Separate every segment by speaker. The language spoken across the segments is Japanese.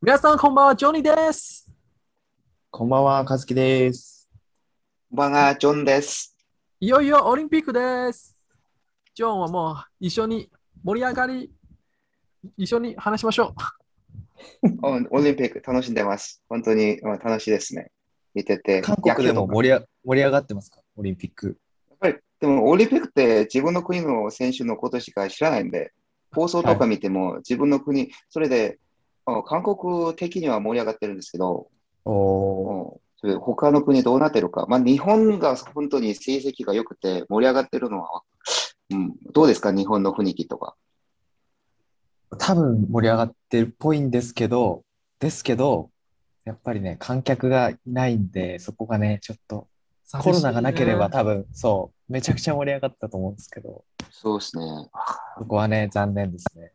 Speaker 1: 皆さん、こんばんは、ジョニーです。
Speaker 2: こんばんは、かずきです。
Speaker 3: こんばんは、ジョンです。
Speaker 1: いよいよオリンピックです。ジョンはもう一緒に盛り上がり、一緒に話しましょ
Speaker 3: オンオリンピック楽しんでます。本当にまあ楽しいですね。見てて。
Speaker 2: 韓国でも
Speaker 3: 野球とか
Speaker 2: 盛りあ盛り上がってますかオリンピック。
Speaker 3: やっぱり、でもオリンピックって自分の国の選手のことしか知らないんで、放送とか見ても自分の国、それで、あ韓国的には盛り上がってるんですけど、
Speaker 2: おー
Speaker 3: うんそれ他の国どうなってるか。まあ、日本が本当に成績が良くて盛り上がってるのは、うん、どうですか日本の雰囲気とか。
Speaker 2: 多分盛り上がってるっぽいんですけど、ですけど、やっぱりね、観客がいないんで、そこがね、ちょっと、
Speaker 1: う。
Speaker 2: コロナがなければ
Speaker 1: 寂し
Speaker 2: 多分、そう、めちゃくちゃ盛り上がったと思うんですけど、
Speaker 3: そうですね。
Speaker 2: そこはね、残念ですね。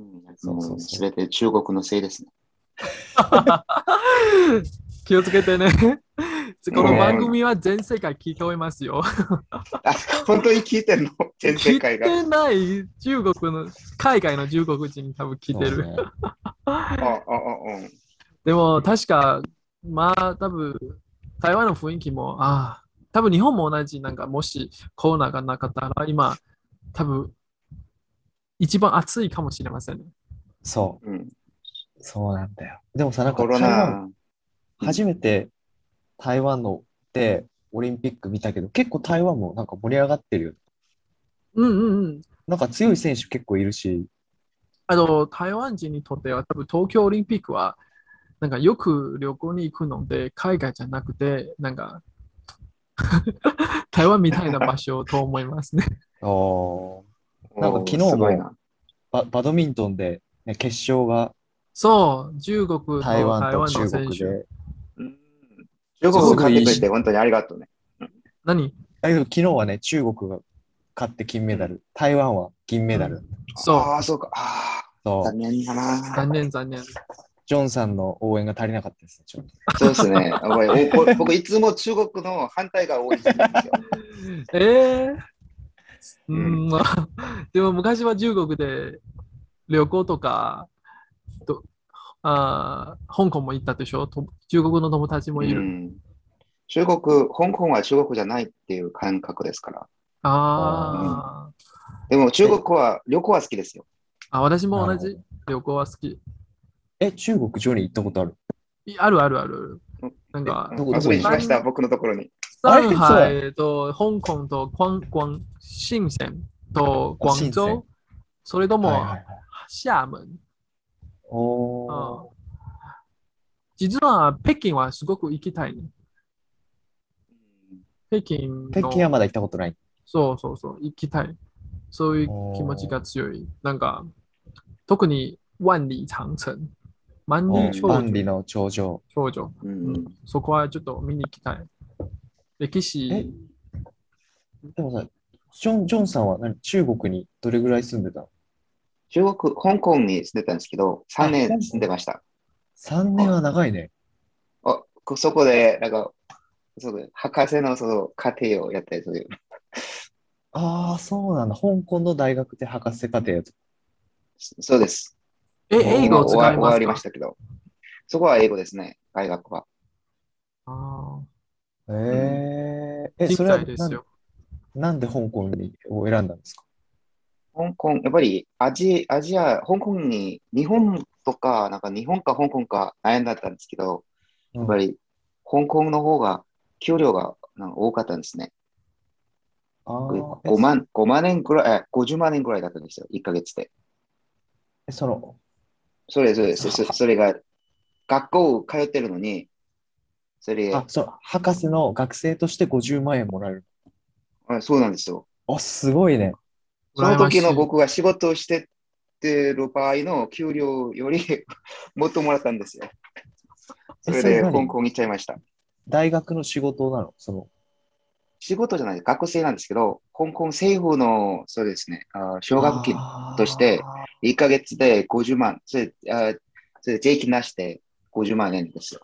Speaker 3: うん、
Speaker 2: そうそうそう
Speaker 3: すべて中国のせいですね。
Speaker 1: いね 気をつけてね。この番組は全世界聞こえますよ。
Speaker 3: あ、本当に聞いてんの全世界が。
Speaker 1: 聞いてない中国の、海外の中国人多分聞いて
Speaker 2: そう
Speaker 1: る。
Speaker 2: ね
Speaker 3: あああうん
Speaker 1: でも確か、まあ多分台湾の雰囲気も、ああ、多分日本も同じ、なんかもしコロナがなかったら今、多分一番暑いかもしれませんね。
Speaker 2: そ
Speaker 3: うん、
Speaker 2: う、そうなんだよ。でもさ、なんか
Speaker 3: コロ
Speaker 2: 台湾、
Speaker 3: ナ、
Speaker 2: 初めて台湾のでオリンピック見たけど、結構台湾もなんか盛り上がってるよね
Speaker 1: うんうんうん。
Speaker 2: なんか強い選手結構いるし、
Speaker 1: あの、台湾人にとっては多分東京オリンピックは、なんかよく旅行に行くので、海外じゃなくて、なんか 台湾みたいな場所と思いますね。
Speaker 2: なんか昨日も
Speaker 3: おーすごいな
Speaker 2: ババドミントンで、ね、決勝が
Speaker 1: そう、中国と
Speaker 2: 台湾と
Speaker 1: の
Speaker 2: 中
Speaker 1: 選
Speaker 2: 国
Speaker 1: 手。
Speaker 2: で、
Speaker 3: うん中国を買ってくれて本当にありがとうね。
Speaker 1: 何
Speaker 2: だけど昨日はね、中国が勝って金メダル、台湾は銀メダル。
Speaker 1: そう、
Speaker 3: ああ、そうか。ああ、
Speaker 2: そう
Speaker 3: 残念だな
Speaker 1: 残。念残念。
Speaker 2: ジョンさんの応援が足りなかったですね、ちょっと。
Speaker 3: そうですね。やばいお こ僕、いつも中国の反対が多いんですよ。
Speaker 1: ええう
Speaker 3: うん
Speaker 1: ん、まあ、でも昔は中国で旅行とか、とあー香港も行ったでしょと中国の友達もいる。
Speaker 3: うん中国、香港は中国じゃないっていう感覚ですから。
Speaker 1: あー
Speaker 3: でも中国は旅行は好きですよ。
Speaker 1: あ、私も同
Speaker 2: なる
Speaker 1: じ旅行は好き。
Speaker 2: え、中国、ジョニー行ったことある
Speaker 1: いあるあるある。なんか、
Speaker 2: どこどこ
Speaker 3: 遊びに来ました、僕のところに。
Speaker 2: あれ
Speaker 1: 上海と香港と广广深センと
Speaker 2: 深
Speaker 1: 廣
Speaker 2: セン
Speaker 1: 州、それと
Speaker 2: はい
Speaker 1: も
Speaker 2: はいはい
Speaker 1: 厦門。
Speaker 2: おー
Speaker 1: うん実は北京はすごく行きたいね。北京の
Speaker 2: 北京はまだ行ったことない。
Speaker 1: そうそうそう、行きたい。そういう気持ちが強い。なんか、特に万里長城、万里長
Speaker 2: 万里
Speaker 1: 城
Speaker 2: の頂上。
Speaker 1: 長城、
Speaker 3: う
Speaker 1: うんん、そこはちょっと見に行きたい。歴史、
Speaker 2: でもさ、ジョン、ジョンさんは何中国にどれぐらい住んでたの
Speaker 3: 中国、香港に住んでたんですけど、3
Speaker 2: あ香港
Speaker 3: 年住んでました。
Speaker 2: ?3 年は長いね。
Speaker 3: あ、こそこで、なんか、そうだ博士のその家庭をやったりする。
Speaker 2: ああ、そうなんだ。香港の大学で博士課程やつ。
Speaker 3: そうです。
Speaker 1: え、英語を使
Speaker 3: 終わ
Speaker 1: い
Speaker 3: 終わり
Speaker 1: ま
Speaker 3: ますし
Speaker 1: か
Speaker 3: たけど。そこは英語ですね、大学は。
Speaker 1: あ
Speaker 2: へえ。
Speaker 1: ー
Speaker 2: え、
Speaker 1: 人
Speaker 2: それは
Speaker 1: 材ですよ。
Speaker 2: なんなんで香港にを選んだんですか
Speaker 3: 香港、やっぱりアジ、アジア、香港に、日本とか、なんか日本か香港か悩んだったんですけど、
Speaker 2: や
Speaker 3: やっぱり香港の方が給料がなんか多かったんですね。
Speaker 2: ああー、え
Speaker 3: 5万、5万円くらい、え50万円くらいだったんですよ、1ヶ月で。
Speaker 2: えその、
Speaker 3: それ、それ、そそそれが、学校通ってるのに、それ、
Speaker 2: あ、その、博士の学生として50万円もらえる。
Speaker 3: あそうなんですよ。
Speaker 2: あ、すごいね。
Speaker 3: その時
Speaker 1: 羨ま
Speaker 3: の
Speaker 1: しい
Speaker 3: 僕が仕事をしてってる場合の給料より もっともらったんですよ。それ
Speaker 2: それ
Speaker 3: で
Speaker 2: 何
Speaker 3: 香港に行っちゃいました。
Speaker 2: 大学の仕事なのその、
Speaker 3: 仕事じゃない、学生なんですけど、香港政府の、そうですね、あ奨学金、として1ヶ月で50万、それ、あそれ税金なしで50万円ですよ。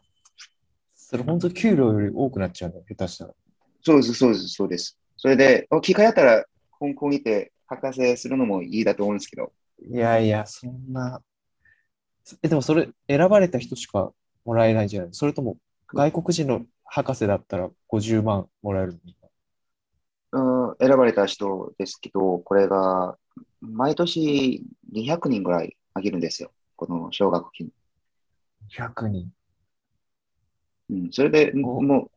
Speaker 2: それ本当給料より多くなっちゃうね。下手したら。
Speaker 3: そうです、そうです、そうです。それで、お機会あったら、香港にて博士するのもいいだと思うんですけど、
Speaker 2: いやいや、そんな、え、でもそれ、選ばれた人しかもらえないじゃないそれとも、外国人の博士だったら50万もらえるのみんな。
Speaker 3: うん、選ばれた人ですけど、これが毎年200人ぐらいあげるんですよ、この奨学金。
Speaker 2: 100人。
Speaker 3: うん、それで
Speaker 2: お
Speaker 3: も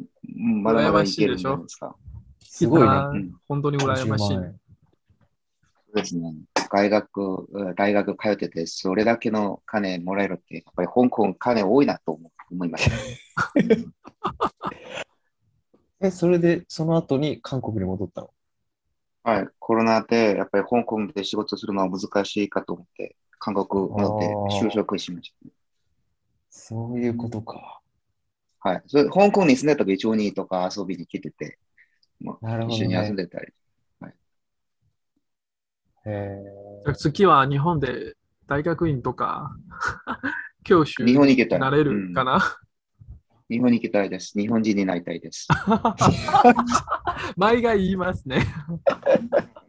Speaker 3: う、うんまだまだいけるんじゃないですか。
Speaker 2: すごいね
Speaker 1: 聞たら
Speaker 3: うん
Speaker 1: 本当に羨ましい
Speaker 2: 50。万
Speaker 3: そうですね。大学、うん大学通ってて、それだけの金もらえるって、やっぱり香港金多いなと思思いました。うん
Speaker 2: 円え、それで、その後に韓国に戻ったの。
Speaker 3: はい、コロナでやっぱり香港で仕事するのは難しいかと思って、韓国戻って就職しまし
Speaker 2: そういうことか。
Speaker 3: た。はい、それ香港に住んでた時、ジョニーとか遊びに来てて、まあ
Speaker 2: なるほど
Speaker 3: 一緒に遊ん
Speaker 2: ね。
Speaker 3: でたり。
Speaker 2: へ
Speaker 1: じゃあ次は日本で大学院とか 教師
Speaker 3: 日
Speaker 1: に
Speaker 3: 本に行けたい。
Speaker 1: なれるか
Speaker 3: うん
Speaker 1: な、
Speaker 3: 日本に行きたいです。日本人になりたいです。
Speaker 1: 毎回言いますね。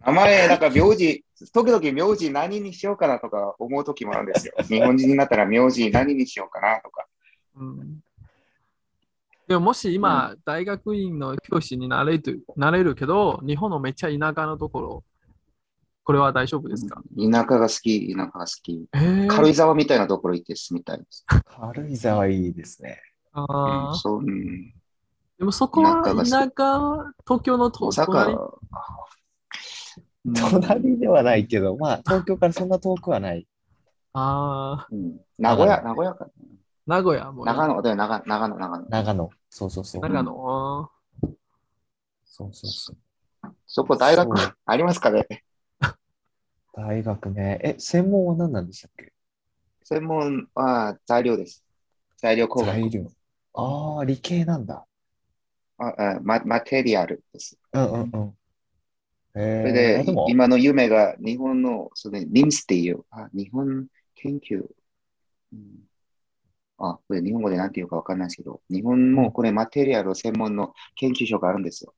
Speaker 3: 名前、なんか名字、 時々名字何にしようかなとか思う時もあるん ですよ。日本人になったら名字何にしようかなとか。
Speaker 1: うんでももし今、大学院の教師になれるなれるけど、日本のめっちゃ田舎のところ、これは大丈夫ですか、
Speaker 3: 田舎が好き、田舎が好き。
Speaker 1: えー
Speaker 3: 軽井沢みたいなところ行って住みたいです。
Speaker 2: ー軽井沢いいですね。
Speaker 1: あ
Speaker 3: うん
Speaker 1: ー
Speaker 3: そう、うん。
Speaker 1: でもそこは
Speaker 3: 田舎
Speaker 1: 田
Speaker 3: が好き
Speaker 1: 舎、東京のと
Speaker 3: 大阪
Speaker 1: 隣、
Speaker 3: うん
Speaker 2: 隣ではないけど、まあ、東京からそんな遠くはない。
Speaker 1: あー
Speaker 3: うん名古屋、
Speaker 2: 長
Speaker 3: 名
Speaker 2: 野
Speaker 3: 古屋か。
Speaker 1: 名古屋もね、
Speaker 3: 長野、だよ長野、長野、長野。
Speaker 2: 長野。そうそうそう。
Speaker 1: 長野、
Speaker 2: そうそうそう。
Speaker 3: そこ大学
Speaker 2: そう
Speaker 3: ありますかね
Speaker 2: 大学ね。え、専門は何なんでしたっけ
Speaker 3: 専門は材料です。材料工
Speaker 2: 材
Speaker 3: 学。
Speaker 2: 料。ああ、理系なんだ。
Speaker 3: ああママテリアルです。
Speaker 2: うんうんうん。え
Speaker 3: それ
Speaker 2: ー、あ
Speaker 3: で
Speaker 2: でも、
Speaker 3: 今の夢が日本の、それ、リンスっていう、あ、日本研究。うんあ、これ日本語で何て言うかわかんないですけど、日本もこれマテリアル専門の研究所があるんですよ。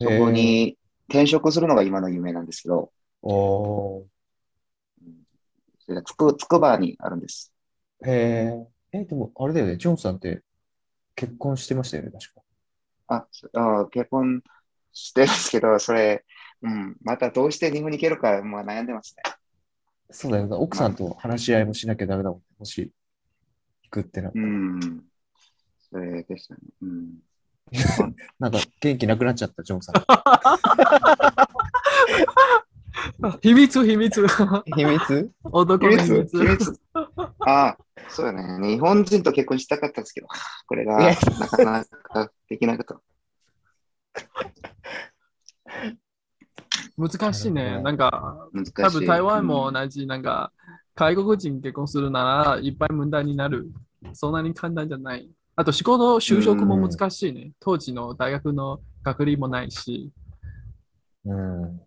Speaker 3: そこ
Speaker 2: えー、
Speaker 3: に転職するのが今の夢なんですけど、
Speaker 2: おー
Speaker 3: それがつく、つくばにあるんです。
Speaker 2: へーえ、でも、あれだよね、ジョンさんって結婚してましたよね、確か。
Speaker 3: あ、そあ結婚してるんですけど、それ、うん、またどうして日本に行けるか、まあ、悩んでますね。
Speaker 2: そうだよね、奥さんと話し合いもしなきゃダメだもんね、もし行くってな。
Speaker 3: うん。それでしたね。うん。
Speaker 2: なんか元気なくなっちゃった、ジョンさん。
Speaker 1: あ秘密、 秘密、
Speaker 2: 秘密
Speaker 1: 男
Speaker 3: 秘
Speaker 1: の秘
Speaker 3: 密
Speaker 1: 密。
Speaker 3: 秘密ああ、そうだね。日本人と結婚したかったんですけど、これが
Speaker 2: いや
Speaker 3: なかなかできなかった。
Speaker 1: 難しい
Speaker 2: なるほ
Speaker 1: ね。
Speaker 2: ど
Speaker 1: なんか、
Speaker 3: 難しい。
Speaker 1: 多分台湾も同じ、なんか、外国人結婚するならいっぱい問題になる。そんなに簡単じゃない。あと仕事、就職も難しいね。当時の大学の学歴もないし。
Speaker 2: うん。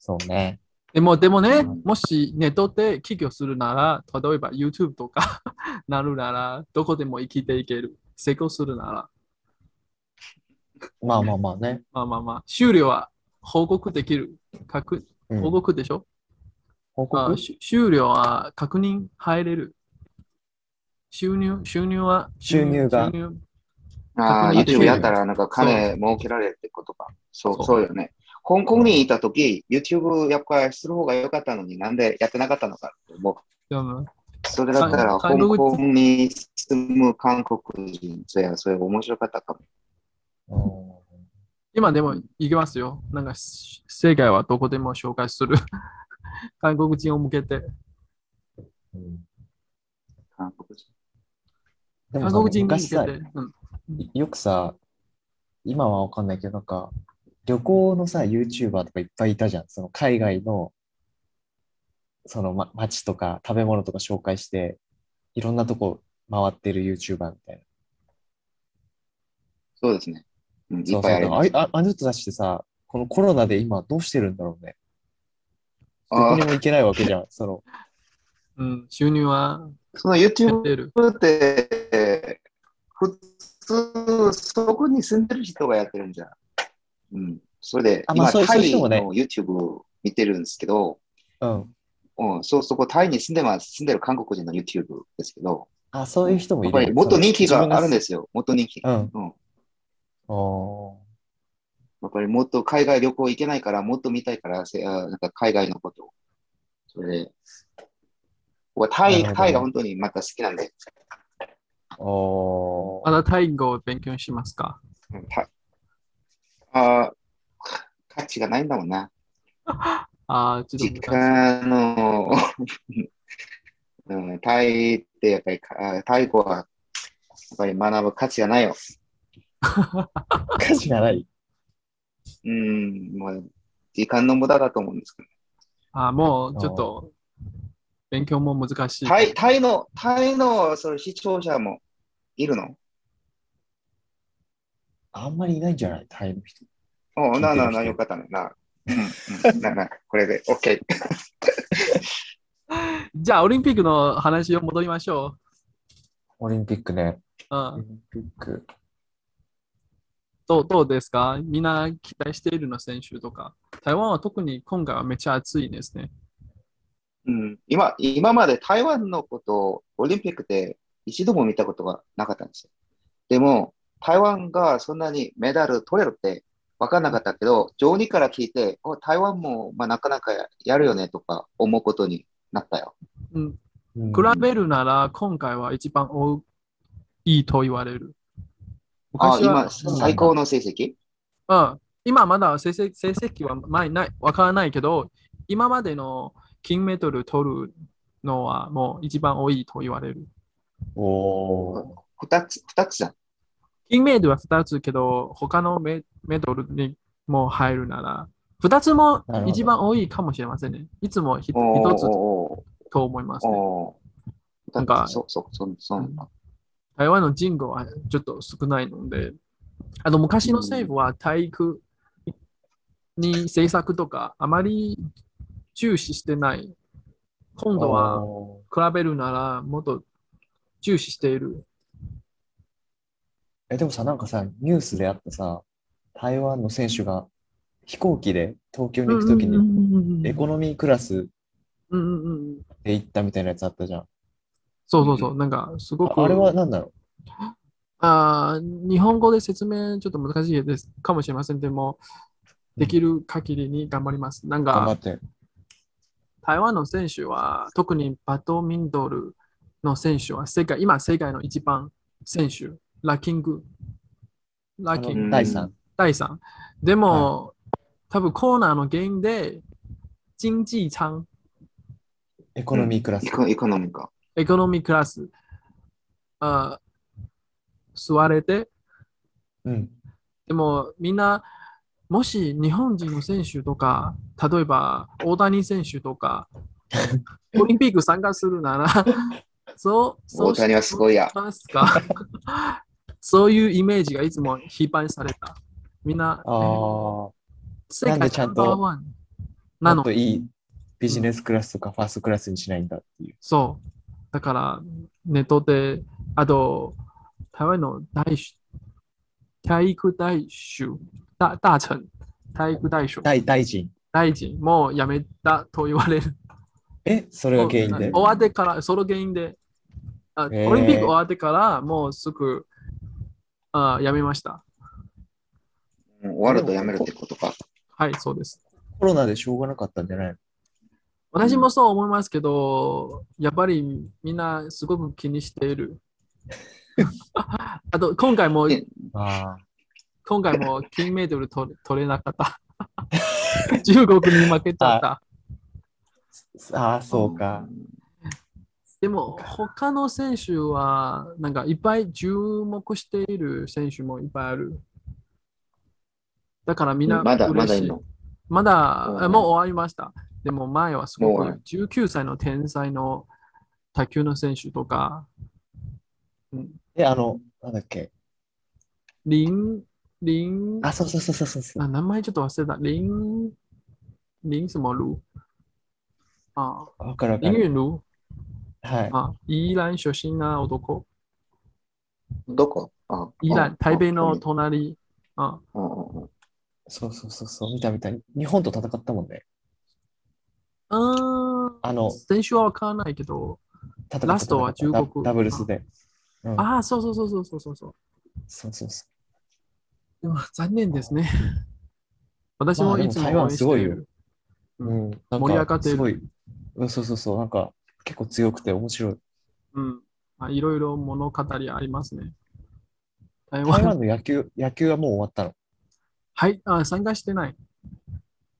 Speaker 2: そうね。
Speaker 1: でも、でもね、
Speaker 2: うん
Speaker 1: もしネットで起業するなら、例えば YouTube とか なるなら、どこでも生きていける。成功するなら、
Speaker 2: まあまあまあね。
Speaker 1: まあまあまあ、修了は報告できる。確
Speaker 2: うん
Speaker 1: 報告でしょ、
Speaker 2: 報
Speaker 1: あ
Speaker 2: 告
Speaker 1: し修了は確認入れる。収入、収入は、
Speaker 2: 収入が
Speaker 1: 収入
Speaker 3: ああ、
Speaker 1: 確認できる
Speaker 3: YouTube やったらなんか金儲けられるってことか。そう、そうよね。香港にいたとき、YouTube やっぱりする方が良かったのになんでやってなかったのかって思う。
Speaker 1: でも
Speaker 3: それだったら香
Speaker 1: 韓国
Speaker 3: 港に住む韓国人、それそれ面白かったかも。
Speaker 2: うん
Speaker 1: 今でも行けますよ。なんか、し世界はどこでも紹介する。 韓国人を向けて。
Speaker 2: うん
Speaker 3: 韓国人。
Speaker 2: でも
Speaker 1: 韓
Speaker 2: さ、
Speaker 1: 国人に向け
Speaker 2: 昔
Speaker 1: て。
Speaker 2: さ、
Speaker 1: うん、
Speaker 2: よくさ、今はわかんないけど、なんか、旅行のさ、YouTuber とかいっぱいいたじゃん。その海外の、その、ま、街とか食べ物とか紹介して、いろんなとこ回ってる YouTuber みたいな。
Speaker 3: そうですね。うん、い
Speaker 2: そ
Speaker 3: っ
Speaker 2: うそ
Speaker 3: ぱ
Speaker 2: う
Speaker 3: いあります。
Speaker 2: あああの人たちってさ、このコロナで今どうしてるんだろうね。ど
Speaker 3: あ
Speaker 2: こ
Speaker 3: あ
Speaker 2: にも行けないわけじゃん。その、
Speaker 1: うん、収入は
Speaker 3: その YouTube
Speaker 1: 減ってる。
Speaker 3: って、普通、そこに住んでる人がやってるんじゃん。うん。それで、
Speaker 2: あまあ
Speaker 3: 今、
Speaker 2: そう
Speaker 3: タ
Speaker 2: そういう
Speaker 3: イ
Speaker 2: 人もね
Speaker 3: の YouTube 見てるんですけど、
Speaker 2: うん。
Speaker 3: うん、そう、そこ、タイに住んでます、住んでる韓国人の YouTube ですけど、
Speaker 2: あ、そういう人もい
Speaker 3: やっ
Speaker 2: る。。
Speaker 3: ぱりもっと人気があるんですすよ、もっと人気。
Speaker 2: うん。
Speaker 3: うん。
Speaker 2: お
Speaker 3: やっぱりもっと海外旅行行けないから、もっと見たいから、せあなんか海外のことを。それで、僕はタイ、
Speaker 2: なるほどね
Speaker 3: タイが本当にまた好きなんで、
Speaker 2: ーお
Speaker 1: まだタイ語を勉強しますか
Speaker 3: うんタあー価値がないんだもんな。
Speaker 1: ああ、ちょっ
Speaker 3: 時
Speaker 1: と難しい。
Speaker 3: 間の、 うん、タイってやっぱりか、あタイ語は、やっぱり学ぶ価値がないよ。
Speaker 2: ー。価値がない。
Speaker 3: うん、もう、時間の無駄だと思うんですけど。
Speaker 1: あーもうちょっと勉強も難しい。
Speaker 3: タイ、タイの、タイの、その視聴者もいるの
Speaker 2: あんまりいないんじゃないタイの人。
Speaker 3: おうなあなあ
Speaker 2: 聞いてる
Speaker 3: なあ、
Speaker 2: 人
Speaker 3: よかったね。なあ。うんうんなあなあ、これで OK。
Speaker 1: じゃあ、オリンピックの話を戻りましょ
Speaker 2: オリンピックね。
Speaker 1: う。う
Speaker 2: オ
Speaker 1: ん
Speaker 2: リ、ンピック。
Speaker 1: どうどうですかみんな期待しているの選手とか。台湾は特に今回はめっちゃ暑いですね。
Speaker 3: うん、今、今まで台湾のことをオリンピックで一度も見たことがなかったんですよ。でも、台湾がそんなにメダル取れるって分かんなかったけど、常任から聞いて、お台湾も、まあ、なかなかやるよねとか思うことになったよ。
Speaker 1: うん、比
Speaker 2: 比
Speaker 1: べるなら今回は一番多いと言われる。
Speaker 3: あ
Speaker 1: 昔は
Speaker 3: 今、最高の成績
Speaker 1: うん、今まだ成績成績は前ないわからないけど、今までの金メダル取るのはもう一番多いと言われる。
Speaker 2: おー。
Speaker 3: 二つ、二つじゃん。
Speaker 1: 金メダルは2つけど、他のメメダルにも入るなら、2つも
Speaker 2: なるほど
Speaker 1: 一番多いかもしれませんね。いつもひ
Speaker 3: お
Speaker 1: 1つ
Speaker 3: お
Speaker 1: と思います、ね。
Speaker 3: お
Speaker 1: なんか
Speaker 3: そう、そう、そう、そうなんだ。
Speaker 1: 台湾の人口はちょっと少ないので、あの昔の政府は体育に政策とかあまり重視してない。今度は
Speaker 2: お
Speaker 1: 比べるならもっと重視している。
Speaker 2: ーえ、でもさ、なんかさ、ニュースであったさ、台湾の選手が飛行機で東京に行くとき
Speaker 1: うん
Speaker 2: に
Speaker 1: うんうんうん
Speaker 2: エコノミークラス
Speaker 1: うんうんうんうん
Speaker 2: で行ったみたいなやつあったじゃん。
Speaker 1: そうそうそう、なんかすごく。
Speaker 2: ああれは何だろ
Speaker 1: あー日本語で説明ちょっと難しいですかもしれません。でも、できる限りに頑張ります。なん
Speaker 2: う頑張
Speaker 1: か、
Speaker 2: って。
Speaker 1: 台湾の選手は、特にバドミントルの選手は、世界、今、世界の一番選手、ランキング、ランキ
Speaker 3: あ
Speaker 1: ン
Speaker 3: の
Speaker 1: グ
Speaker 2: 第3。
Speaker 1: 第3。でも、多分コーナーの原因で、经济舱、
Speaker 2: エコノミークラス
Speaker 3: イ。コイコノミーか。
Speaker 1: エコノミークラス、あー座れて、
Speaker 2: うん。
Speaker 1: でもみんな、もし日本人の選手とか、例えば大谷選手と か、オリンピック参加するなら、そう、そう
Speaker 3: 大谷はすごいや
Speaker 1: しますか そういうイメージがいつも批判された。みんな、
Speaker 2: ああ、も
Speaker 1: 世界
Speaker 2: なんでちゃんと
Speaker 1: ナンバーワンなの
Speaker 2: っといいビジネスクラスとかファーストクラスにしないんだっていう。
Speaker 1: そう。だから、ネットで、あと、台湾の大使、体育大使、大大臣、体育大使、
Speaker 2: 大大臣。
Speaker 1: 大臣、もう辞めたと言われる。
Speaker 2: え、それが原因で
Speaker 1: 終。わってから、その原因で、あ
Speaker 2: へー
Speaker 1: オリンピック終わってから、もうすぐあ辞めました。
Speaker 3: うん終わるとやめるってことか。
Speaker 1: はい、そうです。
Speaker 2: コロナでしょうがなかったんじゃないの
Speaker 1: 私もそう思いますけど、やっぱりみんなすごく気にしている。 あと、今回も
Speaker 3: ね
Speaker 2: あ
Speaker 1: 今回も金メダル取れ取れなかった。 中国に負けちゃった。
Speaker 2: ーあー、そうか。
Speaker 1: でも、他の選手は、なんかいっぱい注目している選手もいっぱいある。だからみんな
Speaker 3: まだ、まだ
Speaker 1: 嬉
Speaker 3: い
Speaker 1: し
Speaker 3: ん
Speaker 1: い。
Speaker 3: の。
Speaker 1: まだ、
Speaker 3: うん
Speaker 1: あもう終わりました。でも前はすご
Speaker 3: も
Speaker 1: く
Speaker 3: う終わ
Speaker 1: 19歳の天才の卓球の選手とか、
Speaker 2: で、あの、なんだっけ。
Speaker 1: リン、リン、
Speaker 2: あ、そうそうそうそうそう。
Speaker 1: あ名前ちょっと忘れた。リン、リン什么路あ、
Speaker 2: わかるわか
Speaker 1: 林
Speaker 2: る。
Speaker 1: 允如
Speaker 2: はい。
Speaker 1: あ、宜蘭出身な男。
Speaker 3: どこあ
Speaker 1: 宜蘭、台北の。
Speaker 3: あ
Speaker 1: 隣。あ、
Speaker 3: うんうんうん
Speaker 2: そうそうそうそう。見た見た。日本と戦ったもんね。
Speaker 1: うーん。
Speaker 2: あの、
Speaker 1: 先週はわからないけど、
Speaker 2: 戦った
Speaker 1: ラストは
Speaker 2: 戦った
Speaker 1: 中国
Speaker 2: ダダブルスで。うん
Speaker 1: ああ、そうそうそうそうそうそうそう。
Speaker 2: そうそうそ
Speaker 1: でも残念ですね。私
Speaker 2: まあ
Speaker 1: も
Speaker 2: で
Speaker 1: い
Speaker 2: も
Speaker 1: つも
Speaker 2: 台湾
Speaker 1: 応援して
Speaker 2: すごいよ
Speaker 1: る
Speaker 2: う。うん、なんか
Speaker 1: 盛り上がってる
Speaker 2: すごい、うん、そうそうそう、なんか結構強くて面白い。
Speaker 1: うん。あいろいろ物語ありますね。台
Speaker 2: 台
Speaker 1: 湾、
Speaker 2: 湾の野球、野球はもう終わったの。
Speaker 1: はい、あ参加してない。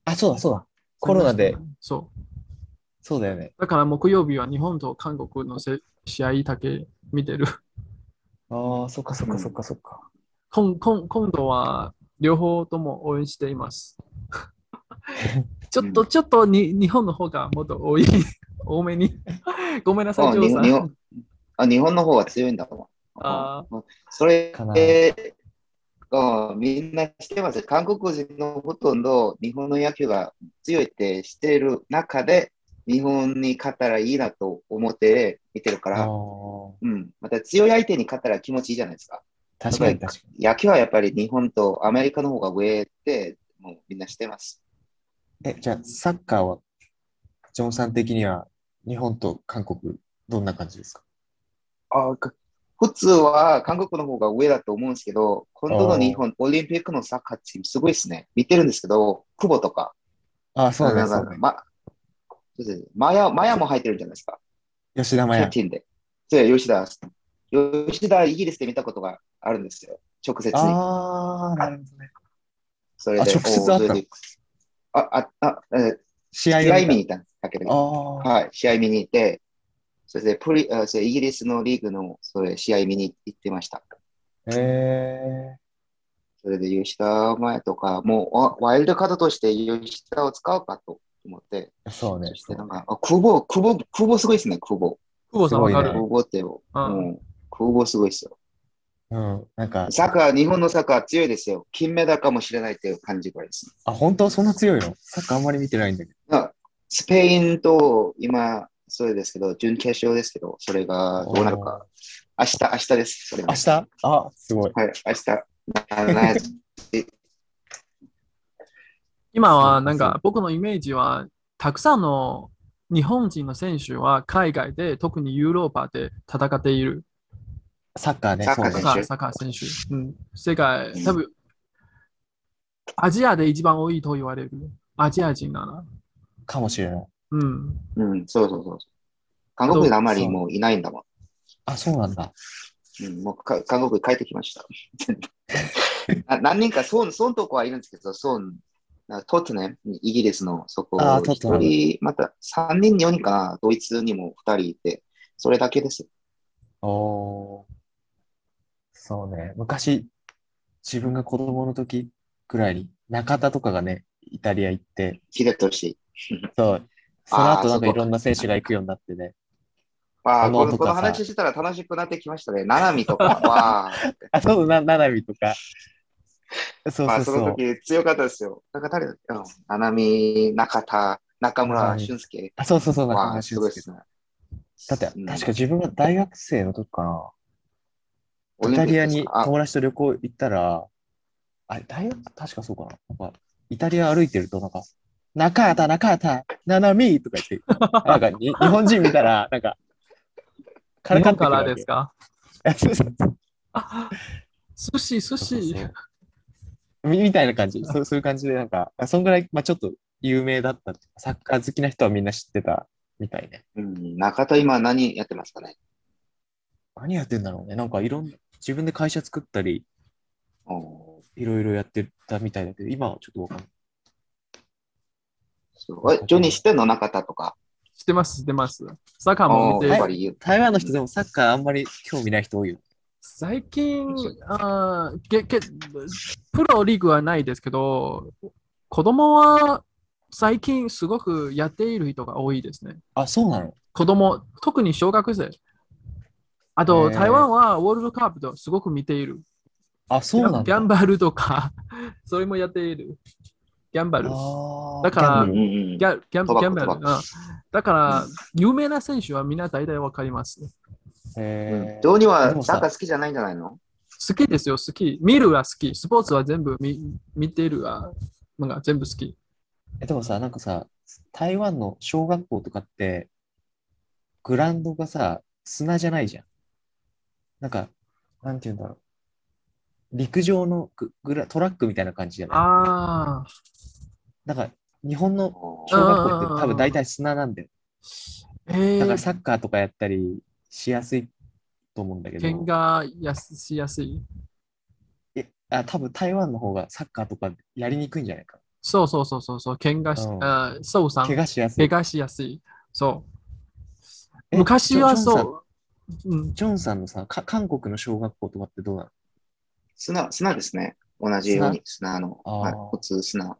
Speaker 2: あ、そうだそうだ。コロナで
Speaker 1: 参加してない。そう。
Speaker 2: そうだよね。
Speaker 1: だから木曜日は日本と韓国のせ試合だけ見てる。
Speaker 2: ああ、そっかそっ
Speaker 3: う
Speaker 2: か
Speaker 3: ん
Speaker 2: そっかそっか。
Speaker 1: 今今今度は両方とも応援しています。 ちょっと、ちょっとに日本の方がもっと多い、多めに。ごめんなさい、
Speaker 3: あ
Speaker 1: ジョーさ
Speaker 3: 日
Speaker 1: ん
Speaker 3: 本。あ日本の方が強いんだわ。
Speaker 1: あ
Speaker 3: それ
Speaker 2: かな
Speaker 3: で、あみんな知ってます。韓国人のほとんど日本の野球が強いって知ってる中で、日本に勝ったらいいなと思って見てるか
Speaker 2: ああ
Speaker 3: ら、うん、また強い相手に勝ったら気持ちいいじゃないですか。
Speaker 2: 確かに確かに。
Speaker 3: 野球はやっぱり日本とアメリカの方が上って、もうみんな知ってます。
Speaker 2: え、じゃあサッカーは、ジョンさん的には日本と韓国、どんな感じですか
Speaker 3: あか普通は韓国の方が上だと思うんですけど、今度の日本、オリンピックのサッカーチーム、すごいですね。見てるんですけど、久保とか、
Speaker 2: ああ、そう
Speaker 3: な
Speaker 2: ね、
Speaker 3: ん
Speaker 2: そう
Speaker 3: か
Speaker 2: ね。
Speaker 3: ま、そうですねマヤ、マヤも入ってるんじゃないですか。
Speaker 2: 吉田麻
Speaker 3: キャ
Speaker 2: 也。
Speaker 3: ティンで。そうや、吉田。吉田、イギリスで見たことがあるんですよ。直接に。
Speaker 2: ああ、なるほどね。
Speaker 3: それで、
Speaker 2: あ直接会ったの
Speaker 3: おそれであ、あ、あ、え
Speaker 2: 試合
Speaker 3: ー
Speaker 2: を
Speaker 3: 試合見に
Speaker 2: 見
Speaker 3: 行ったんですだけ
Speaker 2: た。あ
Speaker 3: ど、
Speaker 2: あ、
Speaker 3: はい、試合見に行って、それでプリ、あそれイギリスのリーグの、それ、試合見に行ってました。
Speaker 2: ええ
Speaker 3: それで吉田前とか、もうあワイルドカードとして吉田を使うかと思って、
Speaker 2: そうね
Speaker 3: そ。してなんか、あ久保、久保、久保すごいですね、久保。
Speaker 1: 久保さんわか
Speaker 2: すごい
Speaker 1: る
Speaker 2: ね
Speaker 3: 久保って、もう、
Speaker 1: うん
Speaker 3: 久保すごいですよ。
Speaker 2: うん、なんか、
Speaker 3: サッカー、日本のサッカー強いですよ。金メダルかもしれないっていう感じぐらいです、
Speaker 2: あ、本当そんな強いのサッカーあんまり見てないんだけど。
Speaker 3: あスペインと今、それですけど、準決勝ですけど、それがどうなるか。明日、明日です。それが
Speaker 2: 明日あ、すごい。
Speaker 3: はい、明日。なな
Speaker 1: 今はなんか僕のイメージは、たくさんの日本人の選手は海外で、特にヨーロッパで戦っている。
Speaker 2: サッカーね、
Speaker 3: サッカ
Speaker 2: そう
Speaker 3: ー
Speaker 1: サ
Speaker 2: ね
Speaker 1: ッ。カー、サッカー選手。うん、世界、多分、アジアで一番多いと言われる。アジア人なら。
Speaker 2: かもしれない。
Speaker 1: うん。
Speaker 3: うん、そうそうそう。韓国であまりもういないんだも
Speaker 2: あ、そうなんだ。
Speaker 3: ん。うん、もうか韓国に帰ってき ました。あ何人か、ソン、ソンとこはいるんですけど、ソン、あトットね、イギリスのそこ、
Speaker 2: あートットナム
Speaker 3: 一人、また3人、4人かな、ドイツにも2人いて、それだけです。
Speaker 2: おー。そうね。昔、自分が子供の時くらいに、中田とかがね、イタリア行って、
Speaker 3: 秀俊。
Speaker 2: そう。その
Speaker 3: あー
Speaker 2: 後なんかい
Speaker 3: そこ
Speaker 2: ろんな選手が行くようになってね。
Speaker 3: わあ、
Speaker 2: あの
Speaker 3: この
Speaker 2: と
Speaker 3: こ
Speaker 2: か
Speaker 3: の
Speaker 2: さ
Speaker 3: 話してたら楽しくなってきましたね。ナナミとか、わあ、
Speaker 2: あ、 そう、な、ななみとか。そう
Speaker 3: ま
Speaker 2: そ
Speaker 3: あ、
Speaker 2: う
Speaker 3: そ
Speaker 2: そ
Speaker 3: の
Speaker 2: う。
Speaker 3: 時強かったですよ。なんか誰だっけうんナナミ、中田、中村俊輔。
Speaker 2: あ、そうそうそう、中
Speaker 3: わあ、
Speaker 2: 村
Speaker 3: す
Speaker 2: 俊
Speaker 3: ごいで
Speaker 2: 輔
Speaker 3: すね。
Speaker 2: だって、
Speaker 3: うん
Speaker 2: 確か自分が大学生の時かな。
Speaker 3: オ
Speaker 2: イ
Speaker 3: リン
Speaker 2: タ
Speaker 3: ピ
Speaker 2: リ
Speaker 3: ッ
Speaker 2: ア
Speaker 3: クです
Speaker 2: に
Speaker 3: かあ
Speaker 2: 友達と旅行行ったら、あ、大学、確かそうかな。なんか、イタリア歩いてると、なんか、中田、中田、ななみとか言 って、なんかに、日本人見たら、なんか、から
Speaker 1: 日
Speaker 2: か
Speaker 1: 本
Speaker 2: ってく
Speaker 1: か
Speaker 2: る
Speaker 1: ら
Speaker 2: わ
Speaker 1: ですか
Speaker 2: け。 そうそうそう
Speaker 1: あ寿司、寿
Speaker 2: そう
Speaker 1: 司
Speaker 2: そ。うみみたいな感じ。そうそういう感じで、なんか、あそんぐらい、まあちょっと有名だったって。サッカー好きな人はみんな知ってたみたいね。
Speaker 3: うん、中田今何やってますかね
Speaker 2: 何やってんだろうね。なんか、いろんな、自分で会社作ったり、
Speaker 3: おー
Speaker 2: いろいろやってたみたいだけど、今はちょっとわかんない。
Speaker 3: そうえ、ジョニー知ってんの中田とか。
Speaker 1: 知ってます、知ってます。サッカーも
Speaker 3: お
Speaker 1: 見て
Speaker 3: ーやっ
Speaker 1: る
Speaker 3: ぱ。り言う。
Speaker 2: 台湾の人でもサッカーあんまり興味ない人多いよ。
Speaker 1: 最近、あーけけプロリーグはないですけど、子供は最近すごくやっている人が多いですね。
Speaker 2: あ、そうなの
Speaker 1: 子供、特に小学生。あと、
Speaker 2: へー
Speaker 1: 台湾はワールドカップですごく見ている。
Speaker 2: あ、そうなんだ。
Speaker 1: ギャンバルとか、 それもやっている。ギャンバル。
Speaker 2: あー
Speaker 1: だから
Speaker 2: ギャンブ
Speaker 3: う
Speaker 2: ル
Speaker 3: んうんうん
Speaker 1: ギャギャンギ
Speaker 3: 賭博
Speaker 1: ャンバル。
Speaker 3: 賭
Speaker 1: うん
Speaker 3: 博
Speaker 1: だから、有名な選手はみんな大体わかります。
Speaker 3: うん
Speaker 2: へー
Speaker 3: ジョニーは
Speaker 2: でも
Speaker 3: サ
Speaker 2: さ
Speaker 3: ッカー好きじゃないんじゃないの
Speaker 1: 好きですよ、好き。見るは好き。スポーツは全部見見てるは、なんか全部好き。
Speaker 2: えでもさ、なんかさ、台湾の小学校とかって、グラウンドがさ、砂じゃないじゃん。なんか、なんて言うんだろう。陸上のググラトラックみたいな感じじゃない
Speaker 1: ああ、
Speaker 2: なんか、日本の
Speaker 3: おー
Speaker 2: 小学
Speaker 1: う
Speaker 2: 校
Speaker 1: んうんうんう
Speaker 2: っ
Speaker 1: ん
Speaker 2: て多分大体砂なんだよ。
Speaker 1: え
Speaker 2: だから
Speaker 1: ー、
Speaker 2: サッカーとかやったりしやすいと思うんだけど。
Speaker 1: 喧嘩やすしやすい。
Speaker 2: えあ、多分台湾の方がサッカーとかやりにくいんじゃないか。
Speaker 1: そうそうそうそうそう、喧嘩し、
Speaker 2: うん
Speaker 1: あーそうさん
Speaker 2: 怪、我しやす
Speaker 1: 怪
Speaker 2: い。
Speaker 1: 我しやすい。そ
Speaker 2: え
Speaker 1: う。昔は
Speaker 2: ジョンさん
Speaker 1: そう。うん、
Speaker 2: ジョンさんのさ、か韓国の小学校とかってどうなの
Speaker 3: 砂、砂ですね。同じように砂の、
Speaker 2: あー
Speaker 3: はい普通砂。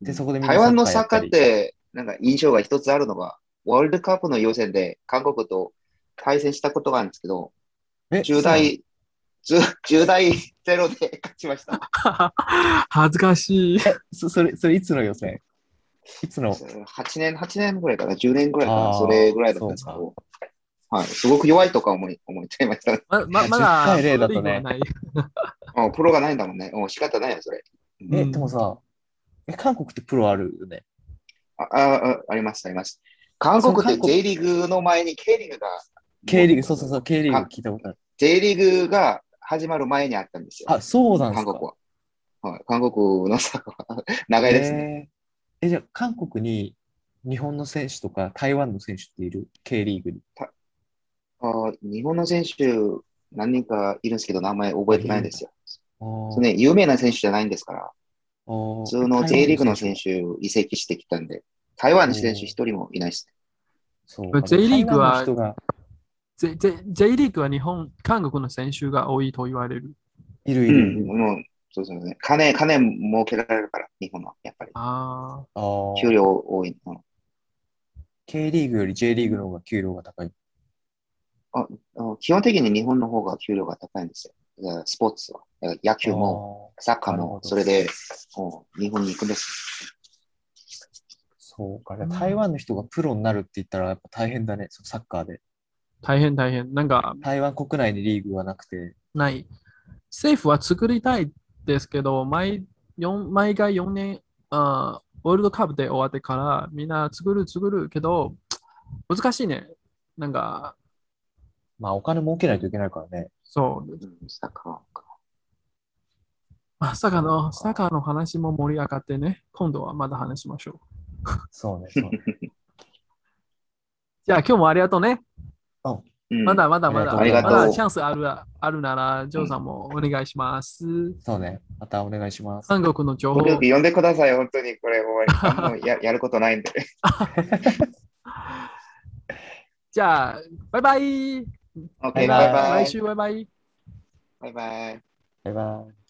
Speaker 2: で、そこでみんな
Speaker 3: 台湾のサッカー
Speaker 2: や
Speaker 3: っ
Speaker 2: り、
Speaker 3: て、なんか印象が一つあるのが、ワールドカップの予選で韓国と対戦したことがあるんですけど、
Speaker 2: え
Speaker 3: 10対、10 10対0で勝ちました。
Speaker 1: 恥ずかしい。
Speaker 2: そうなのそそれ、それいつの予選いつの
Speaker 3: 8年、8年ぐらいかな、10年ぐらいか
Speaker 2: あ
Speaker 3: な、
Speaker 2: ー
Speaker 3: それぐらいだったんですけど、はい、すごく弱いとか思い思っちゃいましたね。
Speaker 1: ままま
Speaker 2: 10
Speaker 1: だ、
Speaker 2: 対0だとね
Speaker 1: プロリーグはない
Speaker 3: うんプロがないんだもんね。うん仕方ないよ、それ。
Speaker 2: え、
Speaker 1: うん
Speaker 2: でもさ、え、韓国ってプロあるよね。
Speaker 3: ああ、ああります、あります。韓国
Speaker 2: その
Speaker 3: っ
Speaker 2: 韓
Speaker 3: て
Speaker 2: 国
Speaker 3: J リーグの前に K リーグが、
Speaker 2: K リーグ、そうそうそう、K リー
Speaker 3: あ
Speaker 2: グ聞いたことある。
Speaker 3: J リーグが始まる前にあったんですよ。
Speaker 2: あ、そうなんです
Speaker 3: 韓国
Speaker 2: か。
Speaker 3: は。はい、韓国のサッカーは 長いですね。
Speaker 2: へーえ、じゃあ韓国に日本の選手とか台湾の選手っている ?K リーグに。
Speaker 3: あー日本の選手、何人かいるんですけど、名前覚えてないんですよ。
Speaker 2: あー
Speaker 3: そうね、有名な選手じゃないんですから、
Speaker 2: あー
Speaker 3: 普通の J リーグの選手移籍してきたんで、台湾の選手一人もいないですね。
Speaker 2: そう
Speaker 1: まあ J リーグは
Speaker 2: 台湾の人が
Speaker 1: J, J, J リーグは日本、韓国の選手が多いと言われる。
Speaker 2: いるいうるい
Speaker 3: ん、
Speaker 2: る。
Speaker 3: もう、そうですね。金、金儲けられるから、日本は、やっぱり。
Speaker 1: あ
Speaker 2: あー
Speaker 3: 給料多い。うん
Speaker 2: K リーグより J リーグの方が給料が高い。
Speaker 3: あの基本的に日本の方が給料が高いんですよ。だからスポーツは。だから野球も、
Speaker 2: あー
Speaker 3: サッカー
Speaker 2: なるほ
Speaker 3: も、
Speaker 2: ど
Speaker 3: それで、うん日本に行くんです。
Speaker 2: そうか、じゃあ台湾の人がプロになるって言ったらやっぱ大変だね、そのサッカーで。
Speaker 1: あ、大変大変。なんか、
Speaker 2: 台湾国内にリーグはなくて。
Speaker 1: ない。政府は作りたいですけど、毎四毎回4年あー、ワールドカップで終わってから、みんな作る作るけど、難しいね。なんか、
Speaker 2: まあお金儲けないといけないからね。
Speaker 1: そう。
Speaker 3: うんサッカーか。
Speaker 1: まさかの、サッカーの話も盛り上がってね。今度はまだ話しましょう。
Speaker 2: そうね、そうね。
Speaker 1: じゃあ今日もありがとうね。
Speaker 3: うん
Speaker 1: まだまだまだ。
Speaker 2: あり
Speaker 1: ま
Speaker 2: がとう
Speaker 1: だチャンスあるあるなら、ジョーさんもお願いします。
Speaker 2: そうね。またお願いします。
Speaker 1: 韓国の情報
Speaker 3: ご。料理呼んでください、本当に。これ、もうあもう ややることないんで。
Speaker 1: じゃあ、バイバイ。
Speaker 3: OK、バイ
Speaker 2: バイバ
Speaker 3: バイ
Speaker 1: 来。週バイバイ。
Speaker 3: バイバイ。
Speaker 2: バイバイ。